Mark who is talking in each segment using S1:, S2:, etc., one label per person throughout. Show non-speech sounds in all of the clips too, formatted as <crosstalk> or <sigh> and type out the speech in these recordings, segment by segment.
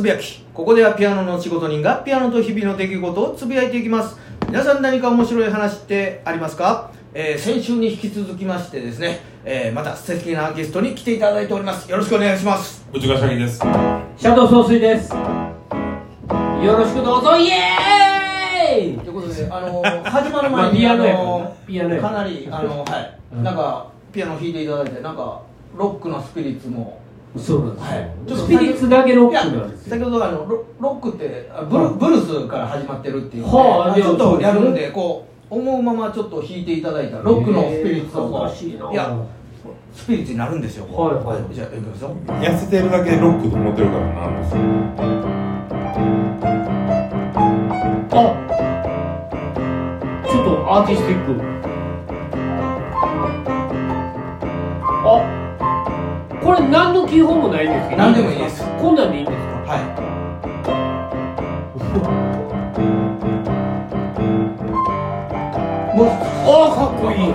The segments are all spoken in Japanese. S1: ぶやきここではピアノの仕事人がピアノと日々の出来事をつぶやいていきます皆さん何か面白い話ってありますか、えー先週に引き続きましてですね、えーまた素敵なゲストに来ていただいておりますよろしくお願いします
S2: ぶちがしゃぎです。は
S3: シャドウ総帥です。よろしくどうぞ、イエーイ
S1: ということで、あの始まる前
S3: まあ
S1: に、
S3: ピ
S1: あ
S3: アノやから
S1: の
S3: ピアノやか
S1: からなり、あのはい、
S3: うん
S1: なんか、ピアノ弾いていただいて、なんか、ロックのスピリッツも、
S3: そう
S1: はい
S3: なん、ですよ。スピリッツだけロックなんです
S1: いや先
S3: よ。
S1: ほどあのロ、ロックってあブル、ブルースから始まってるっていうので、
S3: はあ
S1: ま
S3: で
S1: ち
S3: も
S1: ょっとやるん
S3: そう
S1: で、こう、思うままちょっと弾いていただいたロックのスピリッツを
S3: えー
S1: こ
S3: 恥ずかしいな
S1: う、いや、スピリッツになるんですよ、こう
S3: はいはい
S1: じゃあ、いきますよ。
S2: い痩せてるだけでロックと思ってるからなんですよ。
S3: あちょっとアーティスティック。あこれ何の基本もないんですけど。
S1: 何でもいいです
S3: こんなんでいいんですか
S1: は
S3: あかっこいい。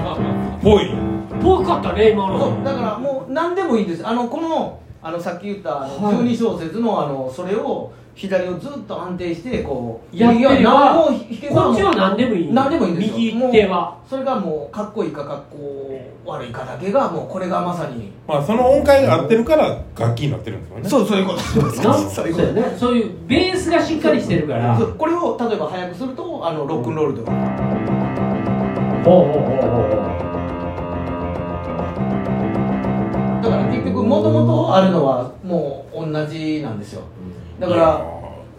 S2: ぽい。
S3: ぽかったね、今
S1: い、そう
S3: の。
S1: だからもう、何でもいいんです、あの、この、あの、さっき言った、あの
S3: はい
S1: 12小節の、あの、それを、左をずっと安定して、こう、
S3: やってれば
S1: 右は何も弾けば
S3: こっちは何でもいい。
S1: 何でもいいんですよ
S3: 右手は。
S1: それがもうかっこいいかかっこ悪いかだけがもうこれがまさに
S2: まあその音階が合ってるから楽器になってるんですよね。
S1: うそういうこと
S3: なそうやねそういうベースがしっかりしてるから
S1: そうこれを例えば早くするとあのロックンロールとか
S3: ほうほうほう
S1: だから結局もともとあるのはもう同じなんですよだか
S2: いや
S1: ら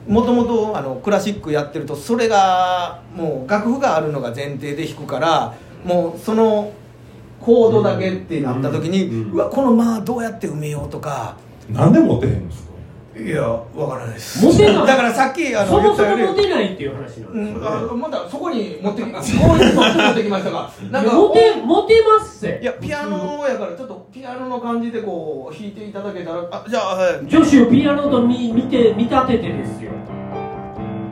S1: もともとクラシックやってるとそれがもう楽譜があるのが前提で弾くからもうそのコードだけってなった時に、う
S2: うんうん
S1: わこの間どうやって埋めようとか
S2: ーなんでモテへんんですか。
S1: いやわからないです
S3: モテない
S1: だからさっきあの
S3: そもそ
S1: 言ったより
S3: もモテないっていう話なん
S1: う
S3: です
S1: ん、
S3: よね
S1: あまだそこに持ってきます。こういうの持ってきましたが、なん
S3: いや
S1: か
S3: モテモテますぜ
S1: いやピアノやからちょっとピアノの感じでこう弾いていただけたら、あじゃあ、はい、
S3: 女子をピアノと見見て見立ててですよ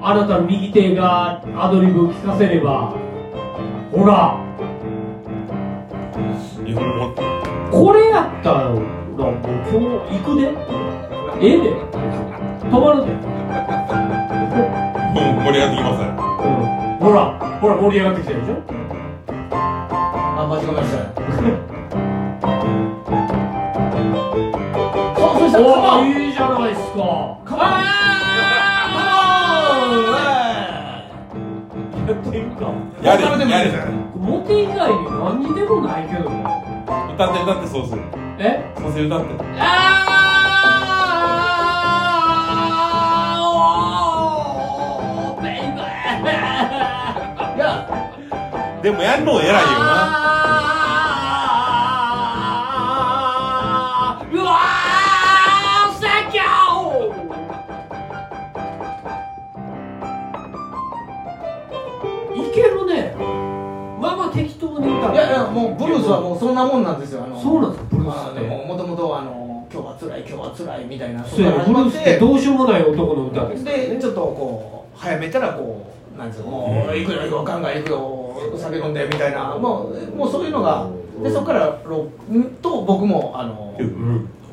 S3: あなたの右手がアドリブを聞かせればほら
S2: いやもう
S3: これやったらもう今日行くでええで止まるで、
S2: もう盛り上がってきますね。
S3: うんほらほら盛り上がってきてるでしょ
S1: あ間違えました。そうそうしたらカ
S3: お
S1: モン
S3: ーいいじゃないですか
S1: カモンカ
S3: やっ
S2: や
S3: てんか
S2: れ
S1: 改めても
S2: やれ。
S3: モテ以外に何にでもないけどね
S2: 歌って歌ってそうする。
S3: え
S2: そうする歌って。
S3: あーおーベイベー
S1: モンいや
S2: でもやるの偉いよな。
S3: あーうわーセンキューいけるねまあまあ適当に歌う
S1: いやいやもうブルースはもうそんなもんなんですよ。あの
S3: そうなんですかブル
S1: まあ
S3: ース
S1: で
S3: って
S1: ももともとあの今日は辛い今日は辛いみたいな
S3: そうや
S1: こ
S3: ね、
S1: か
S3: ブ
S1: ら始ま
S3: ルー
S1: っ
S3: ス
S1: て
S3: ってどうしようもない男の歌ですからね
S1: でちょっとこう早めたらこうなんつうのもう行くよ行くよガンガン行くよ酒飲んでみたいなもうもうそういうのがでそこからロックと僕もあの
S2: けど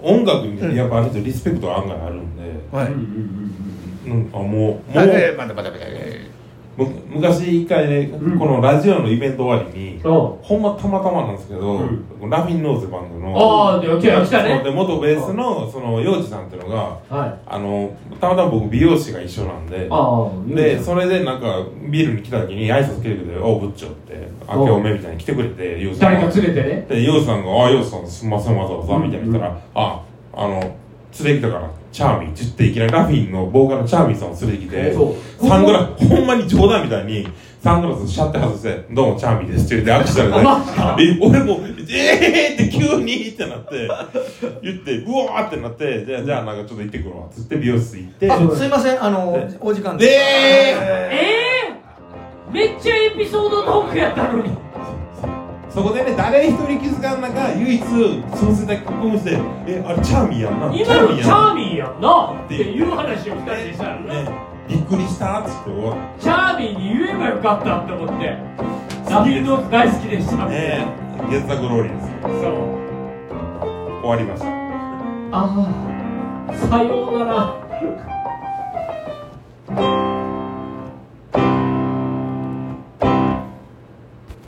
S2: 音楽にやっぱある人リスペクトは案外あるんで。
S1: は
S3: うんうんうん
S2: うんあもうも
S1: あ
S2: う
S1: でまだまだまだ
S2: む昔一回ねこ
S3: うん
S2: のラジオのイベント終わりに。
S3: うん
S2: ほんまたまたまなんですけど、
S3: う
S2: ラフィン・ノーズバンドの
S3: ああ、で、今日来
S2: そ
S3: た
S2: う
S3: ね。
S2: で元ベースのその洋治さんっていうのが
S3: はい。
S2: あのたまたま僕美容師が一緒なんで
S3: ああ、
S2: でそれでなんかビールに来た時に挨拶来てくれて「おうぶっちょ」って「明けおめ」みたいに来てくれて洋治さん
S3: 誰
S2: が
S3: か連れてね。
S2: で洋治さんが「あ洋治さんすんませんわざわざ」
S3: うん
S2: みたいに言ったら「ああの連れてきたからチャーミー」って言っていきなりラフィンのボーカルのチャーミーさんを連れてきて
S3: そう。
S2: サングラスほんまに冗談みたいにサングラスシャッて外して「どうもチャーミーです」って言って握手されて
S3: あマ
S2: <laughs>
S3: ジか
S2: え俺も「ええー!」って急にってなって言ってうわーってなってじゃあじゃあなんかちょっと行ってくるわっつって美容室行って
S3: あ
S1: すいませんあの
S2: で
S1: お時間
S2: で
S3: ええめっちゃエピソードトークやったのに。
S2: <laughs> そこでね誰一人気づかん中唯一小説だけ確認して「えあれチャーミーやんな
S3: 今のチャ
S2: な
S3: ーミーやんなっていう話を二人でしたらね。
S2: ねびっくりしたっつって終わっ
S3: チャーミーに言えばよかったって思って。ラビルノーズ大好きでした
S2: たね
S3: ね。
S2: 月作ローリーです
S3: そう。
S2: 終わりました
S3: ああ、さようなら。